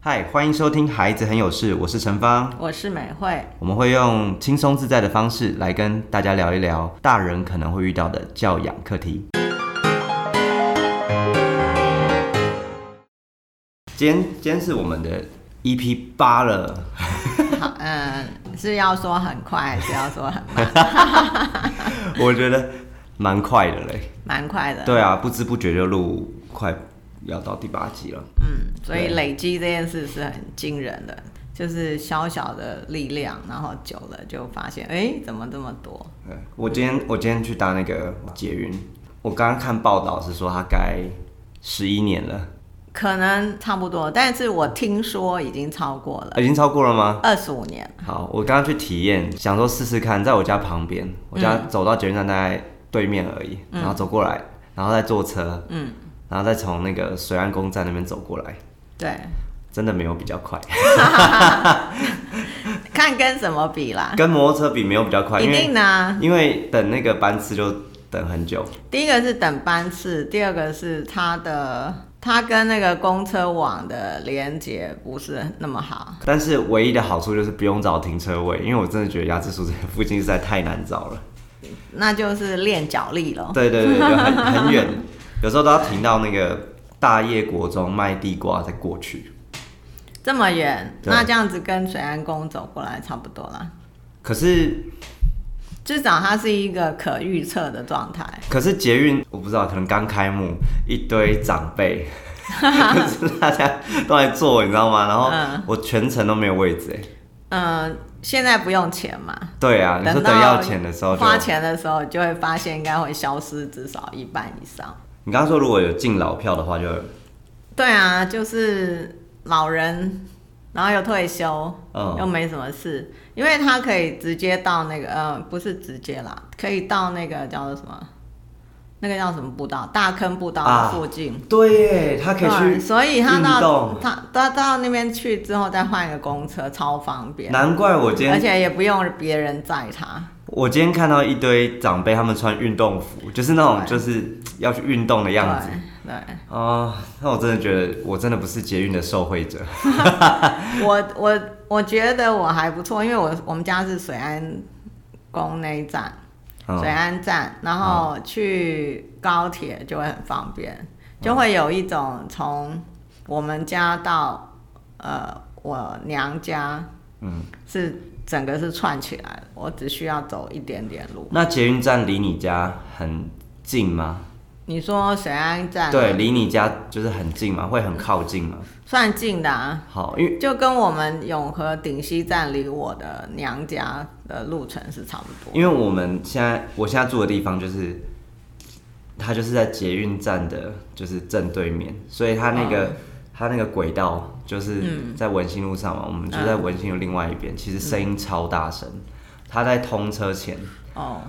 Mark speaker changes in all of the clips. Speaker 1: 嗨，欢迎收听《孩子很有事》，我是陈芳。
Speaker 2: 我是美惠，
Speaker 1: 我们会用轻松自在的方式来跟大家聊一聊大人可能会遇到的教养课题。今天今天是我们的 EP 八了，
Speaker 2: 好，嗯，是要说很快，还是要说很慢？
Speaker 1: 我觉得蛮快的嘞。
Speaker 2: 蛮快的，
Speaker 1: 对啊，不知不觉就录快要到第八集了。
Speaker 2: 嗯，所
Speaker 1: 对
Speaker 2: 以累积这件事是很惊人的，就是小小的力量，然后久了就发现，哎、怎么这么多？
Speaker 1: 对哎我今天我今天去搭那个捷运，我刚刚看报道是说他该十一年了，
Speaker 2: 可能差不多，但是我听说已经超过了
Speaker 1: 已经超过了吗？
Speaker 2: 二十五年，
Speaker 1: 好，我刚刚去体验，想说试试看，在我家旁边，我家
Speaker 2: 嗯
Speaker 1: 走到捷运站大概对面而已，然后走过来，然后再坐车，
Speaker 2: 嗯，
Speaker 1: 然后再从那个水岸公站那边走过来，
Speaker 2: 对，
Speaker 1: 真的没有比较快，
Speaker 2: 看跟什么比啦，
Speaker 1: 跟摩托车比没有比较快，
Speaker 2: 一
Speaker 1: 因为
Speaker 2: 定的、啊。
Speaker 1: 因为等那个班次就等很久，
Speaker 2: 第一个是等班次，第二个是它的。它跟那个公车网的连接不是那么好，
Speaker 1: 但是唯一的好处就是不用找停车位，因为我真的觉得雅致书这附近实在太难找了，
Speaker 2: 那就是练脚力咯。
Speaker 1: 对对对，就很很 远，有时候都要停到那个大叶国中卖地瓜再过去，
Speaker 2: 这么远，
Speaker 1: 对
Speaker 2: 那这样子跟水安宫走过来差不多啦。
Speaker 1: 可是
Speaker 2: 至少它是一个可预测的状态，
Speaker 1: 可是捷运我不知道，可能刚开幕，一堆长辈， 就是大家都来坐，你知道吗？然后
Speaker 2: 嗯
Speaker 1: 我全程都没有位置，哎，
Speaker 2: 嗯、现在不用钱嘛。
Speaker 1: 对啊，你说等
Speaker 2: 到
Speaker 1: 要钱的时候就，
Speaker 2: 花钱的时候就会发现应该会消失至少一半以上。
Speaker 1: 你刚刚说如果有进老票的话就，
Speaker 2: 对啊，就是老人，然后又退休，
Speaker 1: 嗯
Speaker 2: 又没什么事，因为他可以直接到那个呃，不是直接啦，可以到那个叫做什么，那个叫什么步道，大坑步道
Speaker 1: 啊
Speaker 2: 的附近。
Speaker 1: 对耶，他可以
Speaker 2: 对，
Speaker 1: 去，
Speaker 2: 所以他
Speaker 1: 运
Speaker 2: 到
Speaker 1: 动
Speaker 2: 他他到那边去之后再换一个公车，超方便，
Speaker 1: 难怪我今
Speaker 2: 而
Speaker 1: 天
Speaker 2: 且也不用别人载他。
Speaker 1: 我今天看到一堆长辈他们穿运动服，就是那种
Speaker 2: 对
Speaker 1: 就是要去运动的
Speaker 2: 对
Speaker 1: 样子。
Speaker 2: 对，
Speaker 1: 哦，那我真的觉得我真的不是捷运的受惠者，
Speaker 2: 我我我觉得我还不错，因为我我们家是水安宫那一站，
Speaker 1: 嗯
Speaker 2: 水安站，然后
Speaker 1: 哦
Speaker 2: 去高铁就会很方便，就会有一种从我们家到呃我娘家，
Speaker 1: 嗯，
Speaker 2: 是整个是串起来的，我只需要走一点点路。
Speaker 1: 那捷运站离你家很近吗？
Speaker 2: 你说水安站、
Speaker 1: 对，，离你家就是很近嘛，会很靠近嘛。
Speaker 2: 算近的啊，
Speaker 1: 好，因为
Speaker 2: 就跟我们永和顶溪站离我的娘家的路程是差不多。
Speaker 1: 因为我们现在我现在住的地方就是，它就是在捷运站的，就是正对面，所以它那个、
Speaker 2: 哦
Speaker 1: 它那个轨道
Speaker 2: 嗯
Speaker 1: 就是在文心路上嘛，我们就在文心路另外一边，其实声音超大声，它在通车前
Speaker 2: 哦，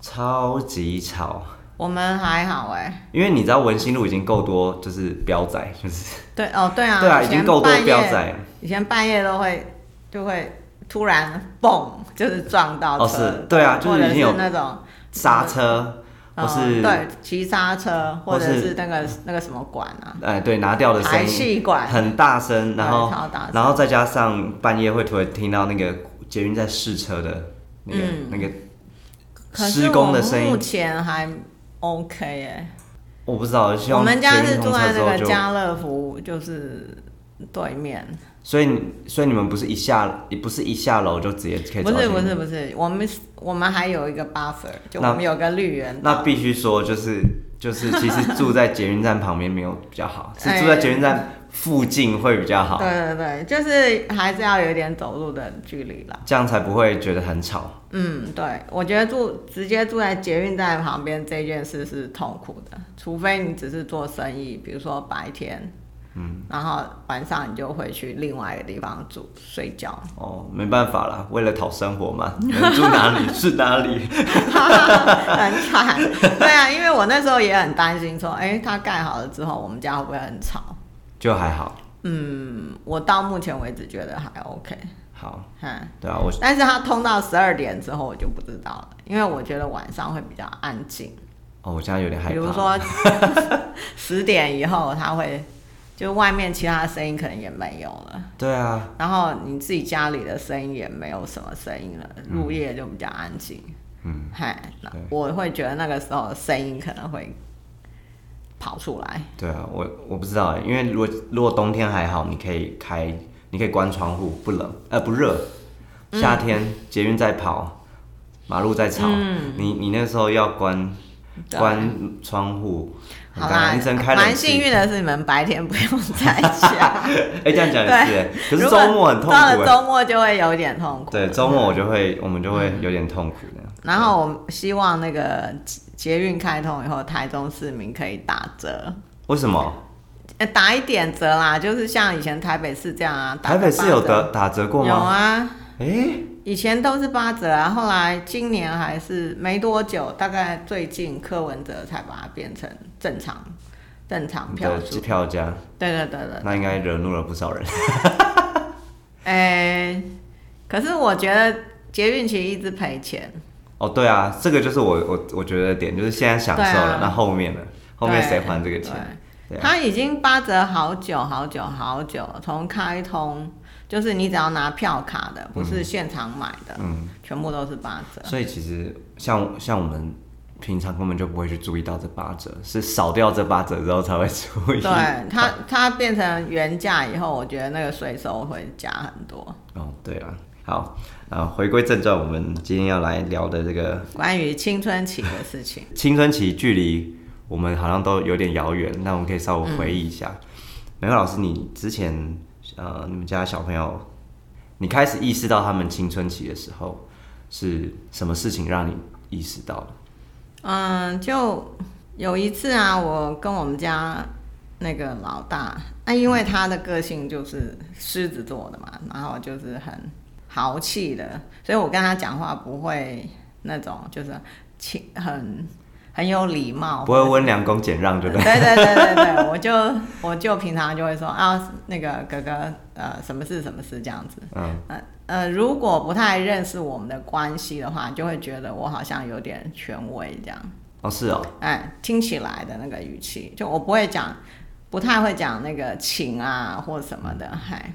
Speaker 1: 超级吵。
Speaker 2: 我们还好哎、
Speaker 1: 因为你知道文心路已经够多，就是标仔，就是
Speaker 2: 对哦，对啊，
Speaker 1: 对啊，
Speaker 2: 以
Speaker 1: 已
Speaker 2: 前
Speaker 1: 经够多
Speaker 2: 半夜
Speaker 1: 标仔，
Speaker 2: 以前半夜都会就会突然蹦，就是撞到车，
Speaker 1: 哦是对啊就是
Speaker 2: 或
Speaker 1: 已
Speaker 2: 者
Speaker 1: 经有
Speaker 2: 是那种
Speaker 1: 刹车或
Speaker 2: 呃
Speaker 1: 是
Speaker 2: 对骑刹车，
Speaker 1: 或
Speaker 2: 或
Speaker 1: 是
Speaker 2: 者是那个那个什么管啊，
Speaker 1: 哎对拿掉的声
Speaker 2: 排
Speaker 1: 音，
Speaker 2: 气管，
Speaker 1: 很大声，然后
Speaker 2: 对超大声
Speaker 1: 然后再加上半夜会突然听到那个捷运在试车的那个、那个
Speaker 2: 嗯可是
Speaker 1: 施工的声
Speaker 2: 我目
Speaker 1: 音，
Speaker 2: 前还 OK 哎、
Speaker 1: 我不知道，希
Speaker 2: 我
Speaker 1: 望
Speaker 2: 们家
Speaker 1: 捷
Speaker 2: 是
Speaker 1: 运
Speaker 2: 住
Speaker 1: 通车
Speaker 2: 在
Speaker 1: 之后
Speaker 2: 那个
Speaker 1: 就，
Speaker 2: 家乐福，就是对面。
Speaker 1: 所以你所以你们不是一下也不是一下楼就直接可以
Speaker 2: 不
Speaker 1: 走到捷
Speaker 2: 是
Speaker 1: 运
Speaker 2: 不是不是，我们我们还有一个 buffer，就
Speaker 1: 那
Speaker 2: 我们有个绿园道。
Speaker 1: 那必须说就是就是其实住在捷运站旁边没有比较好，是
Speaker 2: 哎
Speaker 1: 住在捷运站附近会比较好，
Speaker 2: 对对对，就是还是要有一点走路的距离啦。
Speaker 1: 这样才不会觉得很吵。
Speaker 2: 嗯，对，我觉得住直接住在捷运站旁边这件事是痛苦的，除非你只是做生意，比如说白天，嗯，然后晚上你就会去另外一个地方住睡觉。
Speaker 1: 哦，没办法啦，为了讨生活嘛， 能住哪 里是哪里。
Speaker 2: 很惨。对啊，因为我那时候也很担心，说，哎、它盖好了之后，我们家会不会很吵？
Speaker 1: 就还好，
Speaker 2: 嗯，我到目前为止觉得还 OK，
Speaker 1: 好，
Speaker 2: 嗯。
Speaker 1: 对啊，我
Speaker 2: 但是它通到十二点之后，我就不知道了，因为我觉得晚上会比较安静。
Speaker 1: 哦，我现在有点害怕。
Speaker 2: 比如说十点以后，它会就外面其他的声音可能也没有了，
Speaker 1: 对啊，
Speaker 2: 然后你自己家里的声音也没有什么声音了，入夜就比较安静。
Speaker 1: 嗯，
Speaker 2: 嗨，那
Speaker 1: 对
Speaker 2: 我会觉得那个时候声音可能会跑出来。
Speaker 1: 对啊，我我不知道欸，因为如果如果冬天还好，你可以开，你可以关窗户，不冷，呃，不热。
Speaker 2: 嗯
Speaker 1: 夏天捷运在跑，马路在吵，你你那时候要关
Speaker 2: 嗯对啊
Speaker 1: 关窗户，很
Speaker 2: 好
Speaker 1: 尴
Speaker 2: 啦
Speaker 1: 尬你只能，开冷
Speaker 2: 蛮
Speaker 1: 气
Speaker 2: 幸。运的是你们白天不用在家，
Speaker 1: 哎、这样讲也是欸，可是
Speaker 2: 如
Speaker 1: 周
Speaker 2: 果
Speaker 1: 末很痛苦
Speaker 2: 到了
Speaker 1: 欸。
Speaker 2: 周末就会有点痛苦。
Speaker 1: 对，周末我就会，我们就会有点痛苦的。
Speaker 2: 然后我们希望那个捷捷运开通以后，台中市民可以打折，
Speaker 1: 为什么？
Speaker 2: 呃打一点折啦，就是像以前台北市这样啊。打
Speaker 1: 台
Speaker 2: 个
Speaker 1: 北市有
Speaker 2: 八折
Speaker 1: 打打折过
Speaker 2: 有
Speaker 1: 吗？
Speaker 2: 啊，
Speaker 1: 哎、
Speaker 2: 以前都是八折啊，后来今年还是没多久，大概最近柯文哲才把它变成正常正常
Speaker 1: 你
Speaker 2: 票
Speaker 1: 的
Speaker 2: 数。
Speaker 1: 票价，
Speaker 2: 对对对对，
Speaker 1: 那应该惹怒了不少人。
Speaker 2: 哎、可是我觉得捷运其实一直赔钱，
Speaker 1: 哦，对啊，这个就是我我我觉得的点，就是现在享受
Speaker 2: 对
Speaker 1: 了
Speaker 2: 啊，
Speaker 1: 那、后面呢？后面
Speaker 2: 对
Speaker 1: 谁还这个钱？？对
Speaker 2: 对
Speaker 1: 啊
Speaker 2: 它已经八折好久好久好久，从开通就是你只要拿票卡的，不是现场买的，
Speaker 1: 嗯，
Speaker 2: 全部都是八 折。
Speaker 1: 所以其实像像我们平常根本就不会去注意到这八折，是少掉这八折之后才会注意。
Speaker 2: 对它，它变成原价以后，我觉得那个税收会加很多。
Speaker 1: 哦，对啊，好，啊，回归正传，我们今天要来聊的这个
Speaker 2: 关于青春期的事情，
Speaker 1: 青春期距离我们好像都有点遥远，那我们可以稍微回忆一下。梅花老师，你之前呃，你们家小朋友，你开始意识到他们青春期的时候，是什么事情让你意识到的？
Speaker 2: 嗯，就有一次啊，我跟我们家那个老大，那、因为他的个性就是狮子座的嘛，然后就是很豪气的，所以我跟他讲话不会那种就是亲很很有礼貌，
Speaker 1: 不会温良恭俭让，对不
Speaker 2: 对
Speaker 1: 对？
Speaker 2: 对对对对，我就我就平常就会说啊，那个哥哥，呃，什么事什么事这样子。
Speaker 1: 嗯，
Speaker 2: 呃呃，如果不太认识我们的关系的话，就会觉得我好像有点权威这样。
Speaker 1: 哦，是哦，
Speaker 2: 哎，听起来的那个语气，就我不会讲，不太会讲那个请啊或什么的，嗨。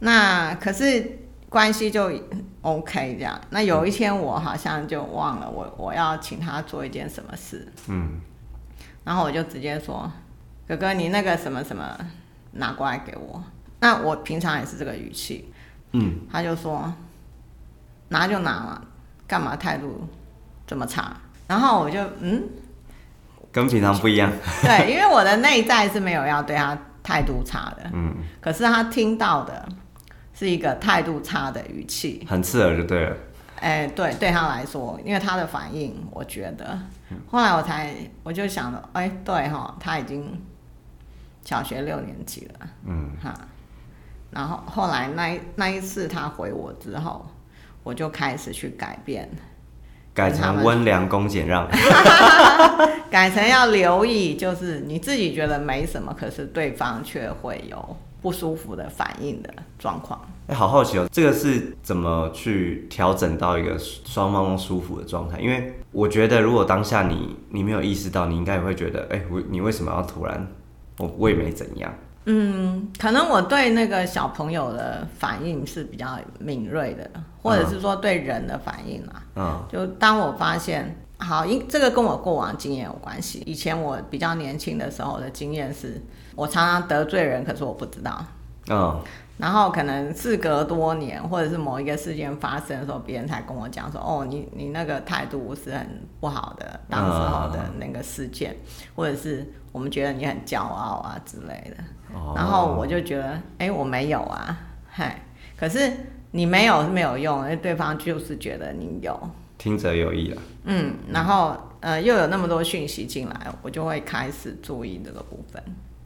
Speaker 2: 那可是关系就 OK 这样。那有一天我好像就忘了我我要请他做一件什么事，
Speaker 1: 嗯，
Speaker 2: 然后我就直接说：“哥哥，你那个什么什么拿过来给我。”那我平常也是这个语气，
Speaker 1: 嗯，
Speaker 2: 他就说：“拿就拿嘛，干嘛态度这么差？”然后我就嗯，
Speaker 1: 跟平常不一样，
Speaker 2: 对，因为我的内在是没有要对他态度差的，
Speaker 1: 嗯，
Speaker 2: 可是他听到的是一个态度差的语气，
Speaker 1: 很刺耳就对了。
Speaker 2: 哎，对，对他来说，因为他的反应，我觉得，后来我才我就想了，哎，对哈、他已经小学六年级了，
Speaker 1: 嗯，
Speaker 2: 哈，然后后来那一那一次他回我之后，我就开始去改变，
Speaker 1: 改成温良恭俭让，
Speaker 2: 改成要留意，就是你自己觉得没什么，可是对方却会有不舒服的反应的状况。
Speaker 1: 哎、好好奇哦，这个是怎么去调整到一个双方都舒服的状态？因为我觉得，如果当下你你没有意识到，你应该也会觉得，哎、我你为什么要突然？我我也没怎样，
Speaker 2: 嗯，可能我对那个小朋友的反应是比较敏锐的，或者是说对人的反应啊。
Speaker 1: 嗯
Speaker 2: 就当我发现，好，因这个跟我过往经验有关系。以前我比较年轻的时候的经验是，我常常得罪人，可是我不知道。
Speaker 1: 嗯，
Speaker 2: 然后可能事隔多年，或者是某一个事件发生的时候，别人才跟我讲说，哦，你你那个态度是很不好的，当时候的那个事件，或者是我们觉得你很骄傲啊之类的。
Speaker 1: 哦
Speaker 2: 然后我就觉得，哎，我没有啊，嗨，可是你没有是没有用的，因为对方就是觉得你有，
Speaker 1: 听者有意啦，
Speaker 2: 嗯，然后呃又有那么多讯息进来，我就会开始注意这个部分。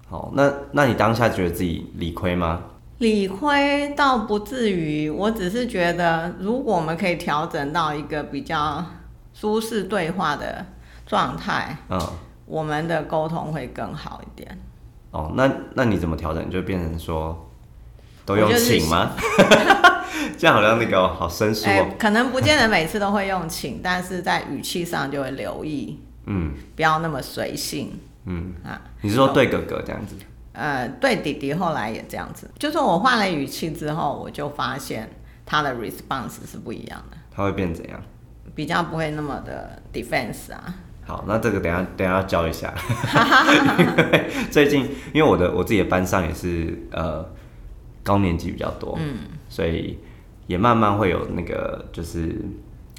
Speaker 1: 好，那那你当下觉得自己理亏吗？
Speaker 2: 理亏倒不至于，我只是觉得，如果我们可以调整到一个比较舒适对话的状态，
Speaker 1: 嗯，
Speaker 2: 我们的沟通会更好一点。
Speaker 1: 哦，那那你怎么调整？就变成说都用
Speaker 2: 我就是
Speaker 1: 请吗？ 这样好像那个哦好生疏
Speaker 2: 哎、
Speaker 1: 哦。
Speaker 2: 可能不见得每次都会用请，但是在语气上就会留意，
Speaker 1: 嗯
Speaker 2: 不要那么随性
Speaker 1: 嗯，
Speaker 2: 啊。
Speaker 1: 你是说对哥哥这样子？
Speaker 2: 呃，对弟弟后来也这样子，就是我换了语气之后，我就发现他的 response 是不一样的，
Speaker 1: 他会变怎样？
Speaker 2: 比较不会那么的 defense 啊。
Speaker 1: 好，那这个等一下等一下要教一下， 因为最近因为我的我自己的班上也是呃高年级比较多，嗯，所以也慢慢会有那个就是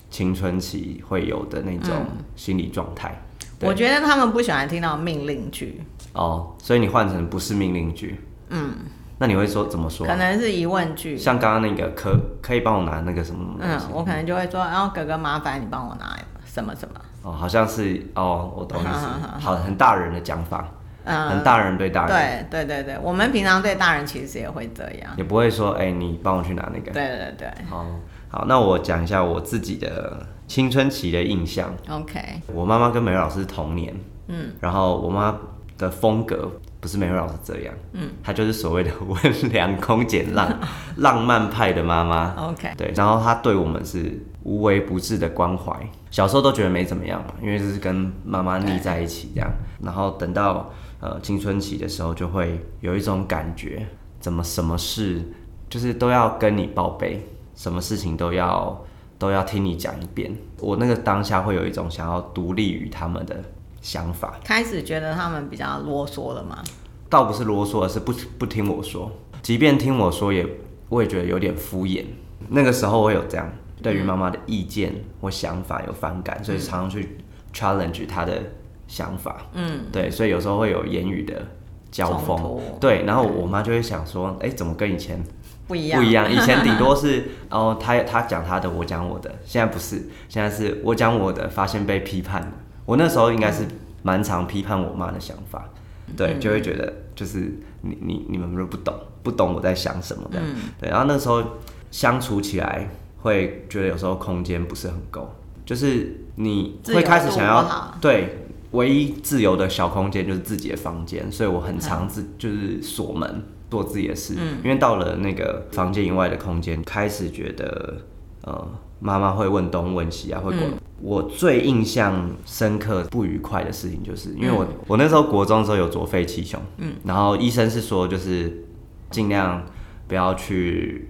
Speaker 1: 青春期会有的那种
Speaker 2: 嗯
Speaker 1: 心理状态。对
Speaker 2: 我觉得他们不喜欢听到命令句，
Speaker 1: 哦，所以你换成不是命令句，嗯，那你会说怎么说啊？
Speaker 2: 可能是疑问句。
Speaker 1: 像刚刚那个可可以帮我拿那个什么什么东
Speaker 2: 嗯
Speaker 1: 西，
Speaker 2: 我可能就会说，然后哥哥麻烦你帮我拿什么什么，
Speaker 1: 哦，好像是哦，我懂意思，
Speaker 2: 好好好
Speaker 1: 好，很大人的讲法，
Speaker 2: 嗯，
Speaker 1: 很大人对大人，
Speaker 2: 对对对对，我们平常对大人其实也会这样。
Speaker 1: 也不会说哎、你帮我去拿那
Speaker 2: 对
Speaker 1: 个。
Speaker 2: 对对
Speaker 1: 好，好，那我讲一下我自己的青春期的印象。
Speaker 2: ，OK，
Speaker 1: 我妈妈跟美惠老师同年，嗯，然后我妈的风格不是美惠老师这样，嗯，她就是所谓的 温良恭俭让、浪漫派的妈妈。
Speaker 2: OK
Speaker 1: 对，然后她对我们是无微不至的关怀。小时候都觉得没怎么样嘛，因为就是跟妈妈腻在一起这样。然后等到呃青春期的时候，就会有一种感觉，怎么什么事就是都要跟你报备，什么事情都要都要听你讲一遍。我那个当下会有一种想要独立于他们的想法，
Speaker 2: 开始觉得他们比较啰嗦了嘛，
Speaker 1: 倒不是啰嗦，而是不不听我说。即便听我说也，我也觉得有点敷衍。那个时候我有这样，对于妈妈的意见或想法有反感，所以常常去 challenge 她的想法。嗯，对，所以有时候会有言语的交
Speaker 2: 冲
Speaker 1: 锋
Speaker 2: 突。
Speaker 1: 对，然后我妈就会想说，哎、怎么跟以前
Speaker 2: 不一样，
Speaker 1: 不一 样，以前顶多是哦，他他讲他的，我讲我的，现在不是，现在是我讲我的，发现被批判了。我那时候应该是蛮常批判我妈的想法，对，
Speaker 2: 嗯
Speaker 1: 就会觉得就是你你你们都不懂，不懂我在想什么的，
Speaker 2: 嗯
Speaker 1: 对。然后那时候相处起来会觉得有时候空间不是很够，就是你
Speaker 2: 自由
Speaker 1: 会开始想
Speaker 2: 度不
Speaker 1: 要
Speaker 2: 好
Speaker 1: 对。唯一自由的小空间就是自己的房间，所以我很常自就是锁门做自己的事，因为到了那个房间以外的空间，开始觉得呃妈妈会问东问西啊，会管。我最印象深刻、不愉快的事情，就是因为我、我那时候国中的时候有左肺气胸，嗯，然后医生是说就是尽量不要去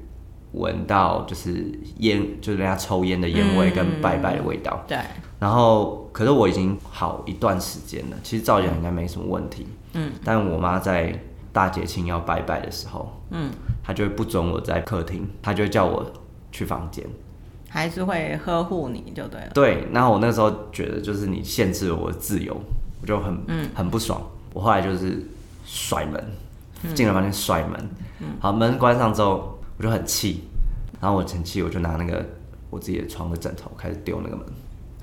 Speaker 1: 闻到就是烟，就是人家抽烟的烟味跟拜拜的味道，
Speaker 2: 对，
Speaker 1: 然后，可是我已经好一段时间了，其实照讲应该没什么问题。嗯，但我妈在大节庆要拜拜的时候，嗯，她就会不准我在客厅，她就会叫我去房间。
Speaker 2: 还是会呵护你就对了。
Speaker 1: 对，然后我那时候觉得就是你限制了我的自由，我就很、
Speaker 2: 嗯
Speaker 1: 很不爽。我后来就是甩
Speaker 2: 嗯
Speaker 1: 门，进了房间甩门，好门关上之后，我就很气，然后我很气，我就拿那个我自己的床的枕头开始丢那个门，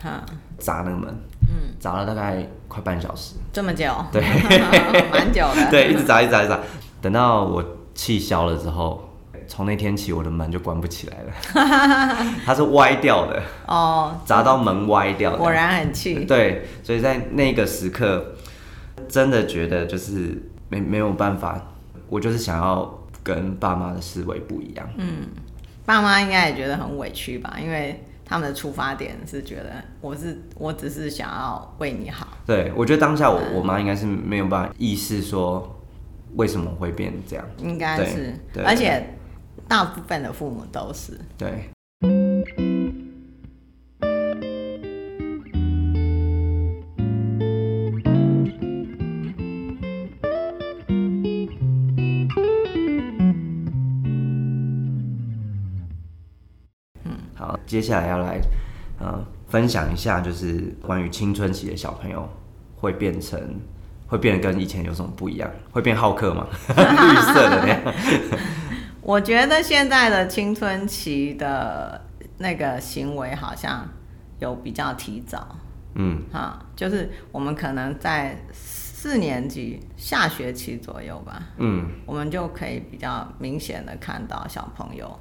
Speaker 2: 哈，
Speaker 1: 砸那个门，嗯，砸了大概快半小 时，
Speaker 2: 这么久，
Speaker 1: 对，
Speaker 2: 蛮久的，
Speaker 1: 对，一直砸，一直砸，一直砸，等到我气消了之后，从那天起我的门就关不起来了， 它是歪掉的，
Speaker 2: 哦，
Speaker 1: 砸到门歪掉的，
Speaker 2: 果然很气，
Speaker 1: 对，所以在那个时刻，真的觉得就是没没有办法，我就是想要跟爸妈的思维不一样，
Speaker 2: 爸妈应该也觉得很委屈吧，因为他们的出发点是觉得我是我只是想要为你好，
Speaker 1: 对我觉得当下我我妈应该是没有办法意识说为什么会变这样，
Speaker 2: 应该
Speaker 1: 对
Speaker 2: 是，
Speaker 1: 对
Speaker 2: 而且大部分的父母都是，
Speaker 1: 对。
Speaker 2: 嗯
Speaker 1: 好，接下来要来呃分享一下，就是关于青春期的小朋友会变成会变得跟以前有什么不一样？会变好客吗？ 绿色的那样。
Speaker 2: 我觉得现在的青春期的那个行为好像有比较提早
Speaker 1: 嗯，
Speaker 2: 哈，啊就是我们可能在四年级下学期左右吧，
Speaker 1: 嗯，
Speaker 2: 我们就可以比较明显的看到小朋友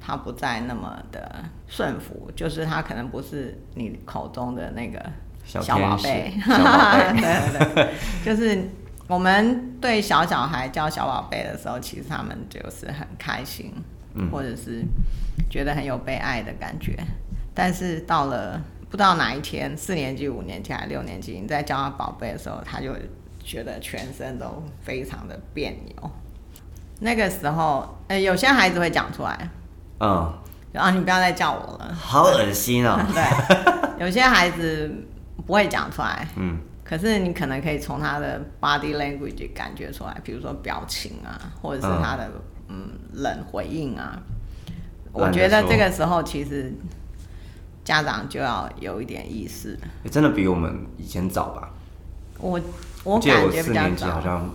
Speaker 2: 他不再那么的顺服，就是他可能不是你口中的那个
Speaker 1: 小
Speaker 2: 宝
Speaker 1: 天使
Speaker 2: 贝，
Speaker 1: 小宝贝
Speaker 2: 对对对，就是我们对小小孩叫小宝贝的时候，其实他们就是很开心，
Speaker 1: 嗯
Speaker 2: 或者是觉得很有被爱的感觉，但是到了。不知道哪一天，四年级、五年级还是六年级，你在叫他宝贝的时候，他就觉得全身都非常的别扭。那个时候，呃，有些孩子会讲出来，
Speaker 1: 嗯，
Speaker 2: 然后你不要再叫我 了。
Speaker 1: 好恶心哦，
Speaker 2: 对，有些孩子不会讲出来，
Speaker 1: 嗯，
Speaker 2: 可是你可能可以从他的 body language 感觉出来，比如说表情啊，或者是他的嗯冷回应啊。我
Speaker 1: 懒得
Speaker 2: 觉得
Speaker 1: 说
Speaker 2: 这个时候其实家长就要有一点意识。
Speaker 1: 欸真的比我们以前早吧？
Speaker 2: 我我
Speaker 1: 记得
Speaker 2: 感
Speaker 1: 我
Speaker 2: 觉
Speaker 1: 四
Speaker 2: 比较
Speaker 1: 年级好
Speaker 2: 早，
Speaker 1: 像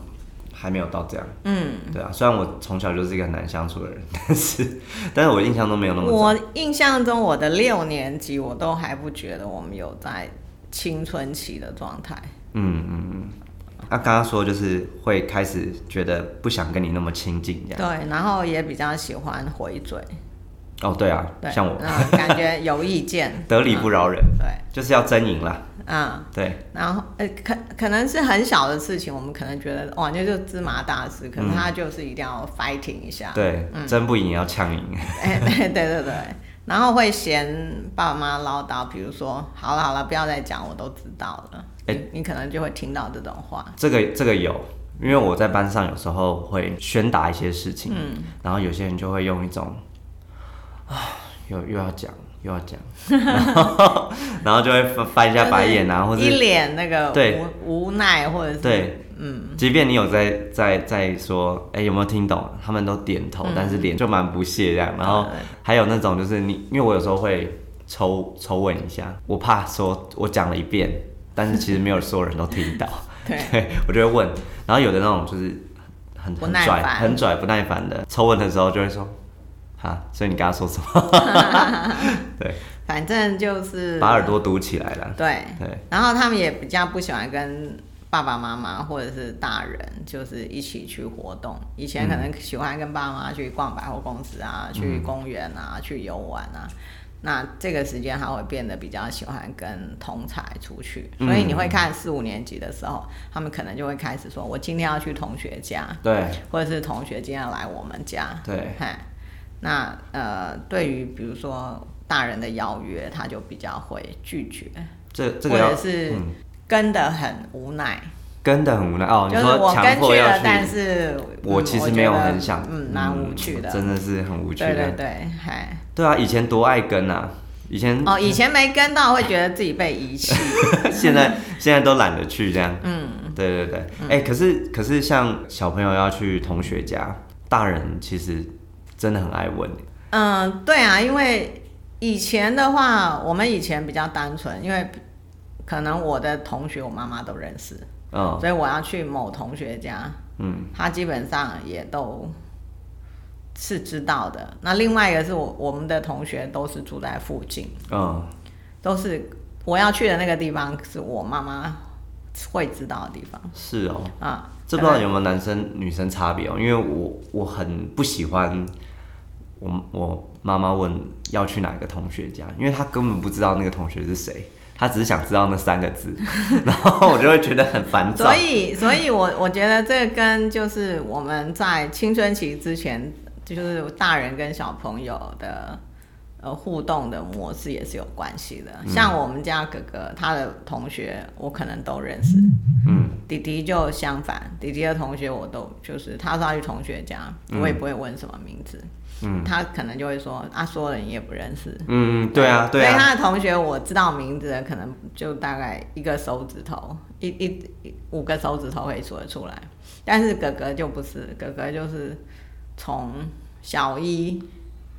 Speaker 1: 还没有到这样。
Speaker 2: 嗯，
Speaker 1: 对啊，虽然我从小就是一个很难相处的人， 但是但是我印象都没有那么早。
Speaker 2: 我印象中我的六年级我都还不觉得我们有在青春期的状态。
Speaker 1: 嗯嗯嗯。那刚刚说就是会开始觉得不想跟你那么亲近这样。
Speaker 2: 对，然后也比较喜欢回嘴，
Speaker 1: 哦，对啊，
Speaker 2: 对，
Speaker 1: 像我，
Speaker 2: 嗯，感觉有意见 嗯
Speaker 1: 得理不饶人，
Speaker 2: 对，
Speaker 1: 就是要争赢啦。
Speaker 2: 嗯，
Speaker 1: 对，
Speaker 2: 然后呃，可可能是很小的事情，我们可能觉得哇，那就芝麻大事，可是
Speaker 1: 嗯
Speaker 2: 他就是一定要 fighting 一下，
Speaker 1: 对，争不赢也要呛赢。
Speaker 2: 哎，对对对对，然后会嫌爸妈唠叨，比如说好了好了，不要再讲，我都知道了，
Speaker 1: 哎
Speaker 2: 你你可能就会听到这种话，
Speaker 1: 这个这个有，因为我在班上有时候会宣达一些事情，
Speaker 2: 嗯
Speaker 1: 然后有些人就会用一种啊，又又要讲又要讲， 然后然后就会翻翻一下白眼啊，或
Speaker 2: 就是一
Speaker 1: 是
Speaker 2: 脸那个
Speaker 1: 对
Speaker 2: 无无奈，或者是
Speaker 1: 对，嗯，即便你有在在在说，哎、有没有听懂？他们都点
Speaker 2: 嗯
Speaker 1: 头，但是脸就蛮不屑这样。然后还有那种就是你，因为我有时候会抽抽问一下，我怕说我讲了一遍，但是其实没有所有人都听到。
Speaker 2: 对，
Speaker 1: 对，我就会问，然后有的那种就是很
Speaker 2: 不
Speaker 1: 很
Speaker 2: 耐
Speaker 1: 拽、
Speaker 2: 烦
Speaker 1: 很拽、不耐烦的，抽问的时候就会说，啊，所以你刚刚说什么？ 对，
Speaker 2: 反正 就是
Speaker 1: 把耳朵堵起来了。
Speaker 2: 对，
Speaker 1: 对，
Speaker 2: 然后他们也比较不喜欢跟爸爸妈妈或者是大人，就是一起去活动。以前可能喜欢跟爸妈去逛百货公司啊，去公园啊，去游玩啊。那这个时间他会变得比较喜欢跟同才出去，所以你会看四五年级的时候，他们可能就会开始说：“我今天要去同学家，
Speaker 1: 对，
Speaker 2: 或者是同学今天来我们家。”
Speaker 1: 对
Speaker 2: 嗨，那呃，对于比如说大人的邀约，他就比较会拒绝。
Speaker 1: 这这
Speaker 2: 或
Speaker 1: 个
Speaker 2: 者
Speaker 1: 要
Speaker 2: 是
Speaker 1: 嗯
Speaker 2: 跟的很无奈，
Speaker 1: 跟的很无奈哦。
Speaker 2: 就
Speaker 1: 你
Speaker 2: 是
Speaker 1: 说
Speaker 2: 我
Speaker 1: 强
Speaker 2: 跟
Speaker 1: 迫
Speaker 2: 去
Speaker 1: 要
Speaker 2: 了
Speaker 1: 去，，
Speaker 2: 但是
Speaker 1: 我
Speaker 2: 嗯
Speaker 1: 其实没有
Speaker 2: 觉得
Speaker 1: 很想，
Speaker 2: 嗯，蛮无趣的，
Speaker 1: 真的是很无趣
Speaker 2: 对对
Speaker 1: 的。
Speaker 2: 对，还
Speaker 1: 对啊，以前多爱跟啊，以前
Speaker 2: 哦，以前没跟到会觉得自己被遗 弃，
Speaker 1: 现在现在都懒得去这样。嗯，对对对。哎、可是可是像小朋友要去同学家，大人其实真的很爱问。
Speaker 2: 嗯，对啊，因为以前的话，我们以前比较单纯，因为可能我的同学我妈妈都认识，
Speaker 1: 嗯，
Speaker 2: 所以我要去某同学家，
Speaker 1: 嗯，
Speaker 2: 他基本上也都是知道的。那另外一个是我我们的同学都是住在附近。
Speaker 1: 嗯，
Speaker 2: 都是我要去的那个地方，是我妈妈会知道的地方
Speaker 1: 是哦。
Speaker 2: 啊。
Speaker 1: 这不知道有没有男生女生差别哦，因为我我很不喜欢我我妈妈问要去哪个同学家，因为她根本不知道那个同学是谁，她只是想知道那三个字， 然后我就会觉得很烦躁
Speaker 2: 所。以，所以我 我觉得这跟就是我们在青春期之前，就是大人跟小朋友的呃互动的模式也是有关系的。像我们家哥哥他的同学，我可能都认识，
Speaker 1: 嗯，
Speaker 2: 弟弟就相反，弟弟的同学我都就是他说他去同学家，我也不会问什么名字，嗯，他可能就会说啊，所有人也不认识，
Speaker 1: 嗯，对啊，对
Speaker 2: 所以
Speaker 1: 啊，
Speaker 2: 他的同学我知道名字的，可能就大概一个手指头，一一一五个手指头可以数得出来。但是哥哥就不是，哥哥就是从小一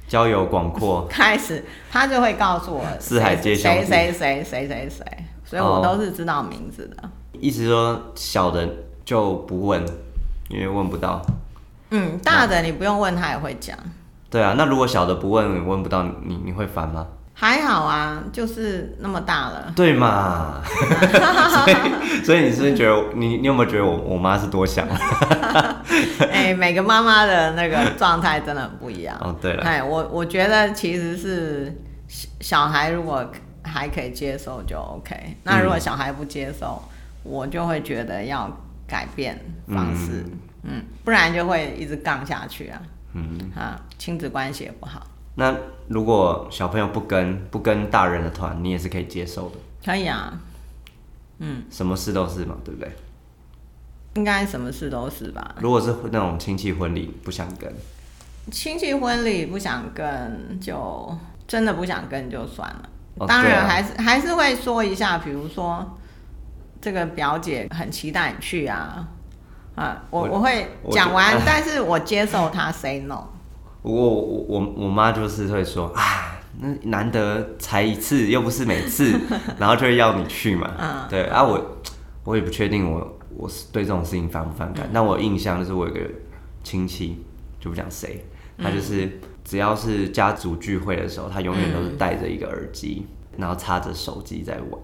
Speaker 1: 交友广阔，
Speaker 2: 开始，他就会告诉我
Speaker 1: 四海皆兄
Speaker 2: 谁
Speaker 1: 弟
Speaker 2: 谁谁谁谁谁，所以
Speaker 1: 哦
Speaker 2: 我都是知道名字的。
Speaker 1: 意思说小的就不问，因为问不到。
Speaker 2: 嗯，大的你不用问，他也会讲。
Speaker 1: 对啊，那如果小的不问，问不到你，你会烦吗？
Speaker 2: 还好啊，就是那么大了。
Speaker 1: 对嘛？ 所以所以你是不是觉得你你有没有觉得我我妈是多 想？
Speaker 2: 哎、每个妈妈的那个状态真的很不一样。
Speaker 1: 哦对了
Speaker 2: 哎，我我觉得其实是小小孩如果还可以接受就 OK，那如果小孩不接受，我就会觉得要改变方式，嗯不然就会一直杠下去啊。嗯啊，亲子关系也不好。
Speaker 1: 那如果小朋友不跟不跟大人的团，你也是可以接受的，
Speaker 2: 可以啊，
Speaker 1: 什么事都是嘛，对不对？
Speaker 2: 应该什么事都是吧。
Speaker 1: 如果是那种亲戚婚礼，不想跟，
Speaker 2: 亲戚婚礼不想跟就真的不想跟就算了，
Speaker 1: 哦
Speaker 2: 当
Speaker 1: 对
Speaker 2: 然
Speaker 1: 啊
Speaker 2: 还是、还是会说一下，比如说这个表姐很期待你去啊，啊，我
Speaker 1: 我
Speaker 2: 我会
Speaker 1: 我
Speaker 2: 讲
Speaker 1: 就
Speaker 2: 完
Speaker 1: 哎，
Speaker 2: 但是我接受他 say no，
Speaker 1: 我我我我妈就是会说啊，那难得才一次，又不是每 次，然后就会要你去嘛。
Speaker 2: 嗯
Speaker 1: 对啊，我我也不确定我我是对这种事情反不反
Speaker 2: 嗯
Speaker 1: 感，但我印象就是我有个亲戚，就不讲谁，
Speaker 2: 嗯
Speaker 1: 他就是只要是家族聚会的时候，他永远都是戴着一个耳机，然后插着手机在玩。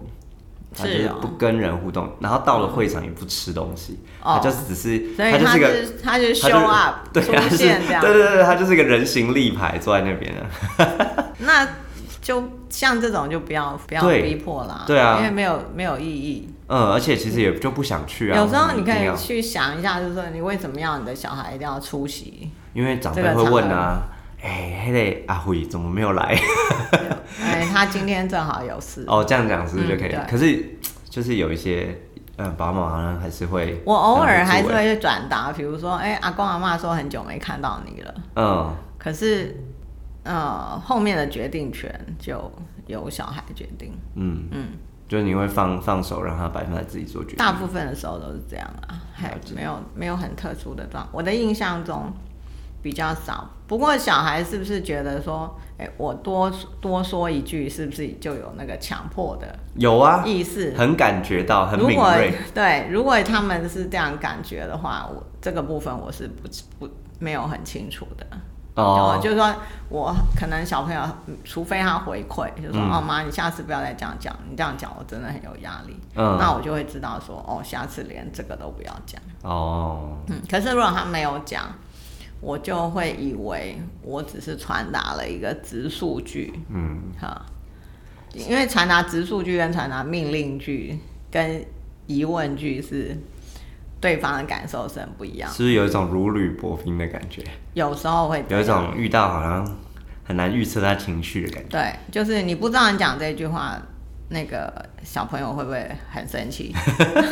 Speaker 1: 他就是是
Speaker 2: 嗯哦
Speaker 1: 不跟人互动，然后到了会场也不吃东西，
Speaker 2: 哦
Speaker 1: 他就只是，
Speaker 2: 所以
Speaker 1: 他就是个
Speaker 2: 是他就是
Speaker 1: 他就
Speaker 2: show up
Speaker 1: 对，他
Speaker 2: 出
Speaker 1: 是
Speaker 2: 现这样，
Speaker 1: 对对对，他就是一个人形立牌坐在那边啊。
Speaker 2: 那就像这种就不要不要
Speaker 1: 对
Speaker 2: 逼迫啦，
Speaker 1: 对啊
Speaker 2: 因为没有没有意义。
Speaker 1: 嗯，而且其实也就不想去啊。
Speaker 2: 有时候你可
Speaker 1: 为什么一定
Speaker 2: 以
Speaker 1: 要
Speaker 2: 去想一下，就是说你为什么要你的小孩一定要出席？
Speaker 1: 因为长辈
Speaker 2: 这个
Speaker 1: 会问啊，哎，那个阿辉怎么没有来？
Speaker 2: 哎，他今天正好有事。
Speaker 1: 哦，这样讲是不是就可以
Speaker 2: 嗯
Speaker 1: 了？
Speaker 2: 对
Speaker 1: 可是就是有一些，嗯，爸妈好像还是会，
Speaker 2: 我偶尔还是
Speaker 1: 欸
Speaker 2: 会去转达，比如说，哎，阿公阿妈说很久没看到你了，
Speaker 1: 嗯，
Speaker 2: 可是，呃，后面的决定权就由小孩决定，
Speaker 1: 嗯嗯，就是你会放放手让他百分之百自己做决定。
Speaker 2: 大部分的时候都是这样啊，还
Speaker 1: 了解
Speaker 2: 没有没有很特殊的状，我的印象中比较少。不过小孩是不是觉得说，哎，我多多说一句，是不是就有那个强迫的
Speaker 1: 有啊，
Speaker 2: 意识？
Speaker 1: 很感觉到，很
Speaker 2: 如
Speaker 1: 敏
Speaker 2: 果
Speaker 1: 锐。
Speaker 2: 对，如果他们是这样感觉的话，我这个部分我是不不没有很清楚的。
Speaker 1: 哦，
Speaker 2: 就是说我可能小朋友，嗯除非他回馈，就说、
Speaker 1: 嗯
Speaker 2: 哦妈，你下次不要再这样讲，你这样讲我真的很有压力。
Speaker 1: 嗯
Speaker 2: 那我就会知道说哦，下次连这个都不要讲。
Speaker 1: 哦，
Speaker 2: 嗯，可是如果他没有讲，我就会以为我只是传达了一个直述句，
Speaker 1: 嗯，
Speaker 2: 哈，因为传达直述句跟传达命令句跟疑问句是对方的感受是很不一样，
Speaker 1: 是不是有一种如履薄冰的感觉？
Speaker 2: 有时候会这
Speaker 1: 有一
Speaker 2: 样
Speaker 1: 种遇到好像很难预测他情绪的感觉。
Speaker 2: 对，就是你不知道你讲这句话，那个小朋友会不会很生气，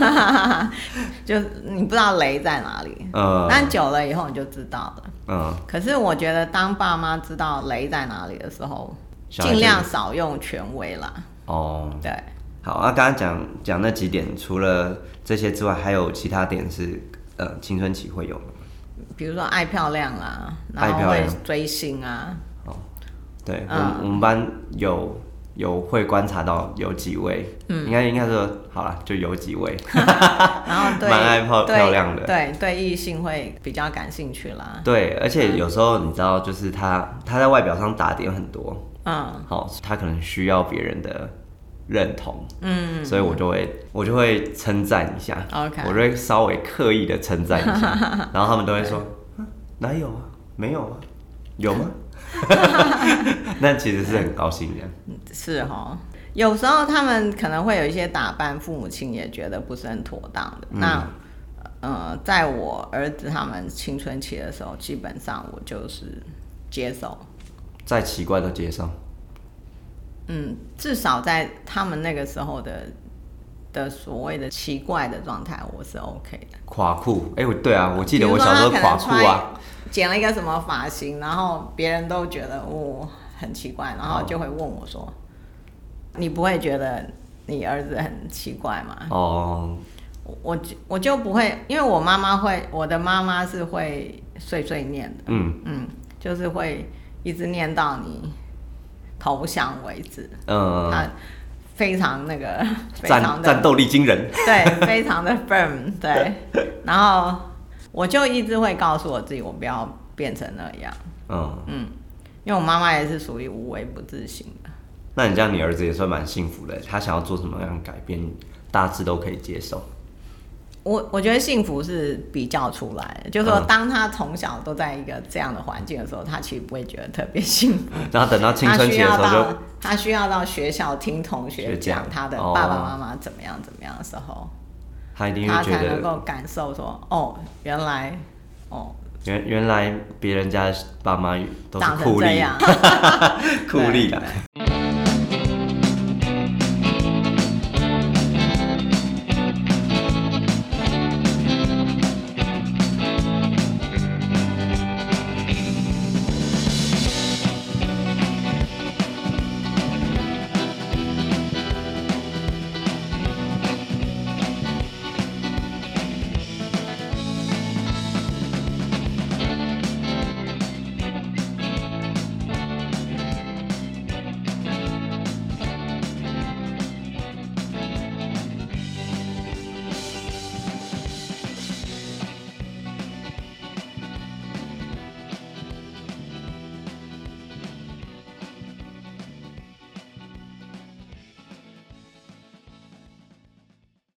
Speaker 2: 就是你不知道雷在哪里，
Speaker 1: 呃，
Speaker 2: 但久了以后你就知道了。
Speaker 1: 嗯，
Speaker 2: 可是我觉得，当爸妈知道雷在哪里的时候，
Speaker 1: 小孩
Speaker 2: 尽量少用权威啦。
Speaker 1: 哦，
Speaker 2: 对，
Speaker 1: 好，那刚刚讲讲那几点，除了这些之外，还有其他点是呃青春期会有的。
Speaker 2: 比如说爱漂亮啊，
Speaker 1: 爱
Speaker 2: 然后
Speaker 1: 漂
Speaker 2: 会
Speaker 1: 亮
Speaker 2: 追星啊，
Speaker 1: 对，我
Speaker 2: 嗯
Speaker 1: 们我们班有有会观察到有几位，
Speaker 2: 嗯
Speaker 1: 应该应该说好了，就有几 位，
Speaker 2: 然后对
Speaker 1: 蛮爱漂
Speaker 2: 对
Speaker 1: 漂亮的
Speaker 2: 对对异性会比较感兴趣啦。
Speaker 1: 对，而且有时候你知道，就是他他在外表上打点很多，
Speaker 2: 嗯
Speaker 1: 好，他可能需要别人的认同，
Speaker 2: 嗯，
Speaker 1: 所以我就会我就会称赞一下
Speaker 2: OK
Speaker 1: 我就会稍微刻意的称赞一下， 然后他们都会说，啊哪有啊，没有啊，有 吗？那其实是很高兴的，
Speaker 2: 是哦。有时候他们可能会有一些打扮，父母亲也觉得不是很妥当的。
Speaker 1: 嗯
Speaker 2: 那呃，在我儿子他们青春期的时候，基本上我就是接受，
Speaker 1: 在奇怪的街上，
Speaker 2: 嗯，至少在他们那个时候的的所谓的奇怪的状态，我是 OK 的。
Speaker 1: 垮裤，哎、我对啊，我记得
Speaker 2: 比
Speaker 1: 我
Speaker 2: 如说
Speaker 1: 小时候
Speaker 2: 他可
Speaker 1: 垮
Speaker 2: 能
Speaker 1: 裤啊，
Speaker 2: 穿，剪了一个什么发型，然后别人都觉得我、哦、很奇怪，然
Speaker 1: 哦
Speaker 2: 后就会问我说：“你不会觉得你儿子很奇怪吗？”
Speaker 1: 哦，
Speaker 2: 我我就我就不会，因为我妈妈会，我的妈妈是会碎碎念的，
Speaker 1: 嗯
Speaker 2: 嗯，就是会一直念到你投降为止。
Speaker 1: 嗯、
Speaker 2: 她非常那个，啊非常
Speaker 1: 战战
Speaker 2: 的
Speaker 1: 斗力惊人，
Speaker 2: 对，非常的 firm，对。然后我就一直会告诉我自己，我不要变成那样，
Speaker 1: 嗯，
Speaker 2: 嗯，因为我妈妈也是属于无微不至型的，
Speaker 1: 那你这样，你儿子也算蛮幸福的，他想要做什么样的改变，大致都可以接受，
Speaker 2: 我我觉得幸福是比较出来的，就是说，
Speaker 1: 嗯
Speaker 2: 当他从小都在一个这样的环境的时候，他其实不会觉得特别幸福。
Speaker 1: 然后等到青春期的时
Speaker 2: 他
Speaker 1: 候
Speaker 2: 需要
Speaker 1: 就
Speaker 2: 到他需要到学校听同学
Speaker 1: 学
Speaker 2: 讲
Speaker 1: 讲
Speaker 2: 他的
Speaker 1: 哦
Speaker 2: 爸爸妈妈怎么样怎么样的时候，
Speaker 1: 他一定
Speaker 2: 他
Speaker 1: 会觉
Speaker 2: 才能
Speaker 1: 得
Speaker 2: 够感受说，哦，原来哦
Speaker 1: 原原来别人家爸妈都是
Speaker 2: 长
Speaker 1: 酷
Speaker 2: 成这
Speaker 1: 吏，
Speaker 2: 样，
Speaker 1: 酷吏
Speaker 2: 对
Speaker 1: 啦。
Speaker 2: 对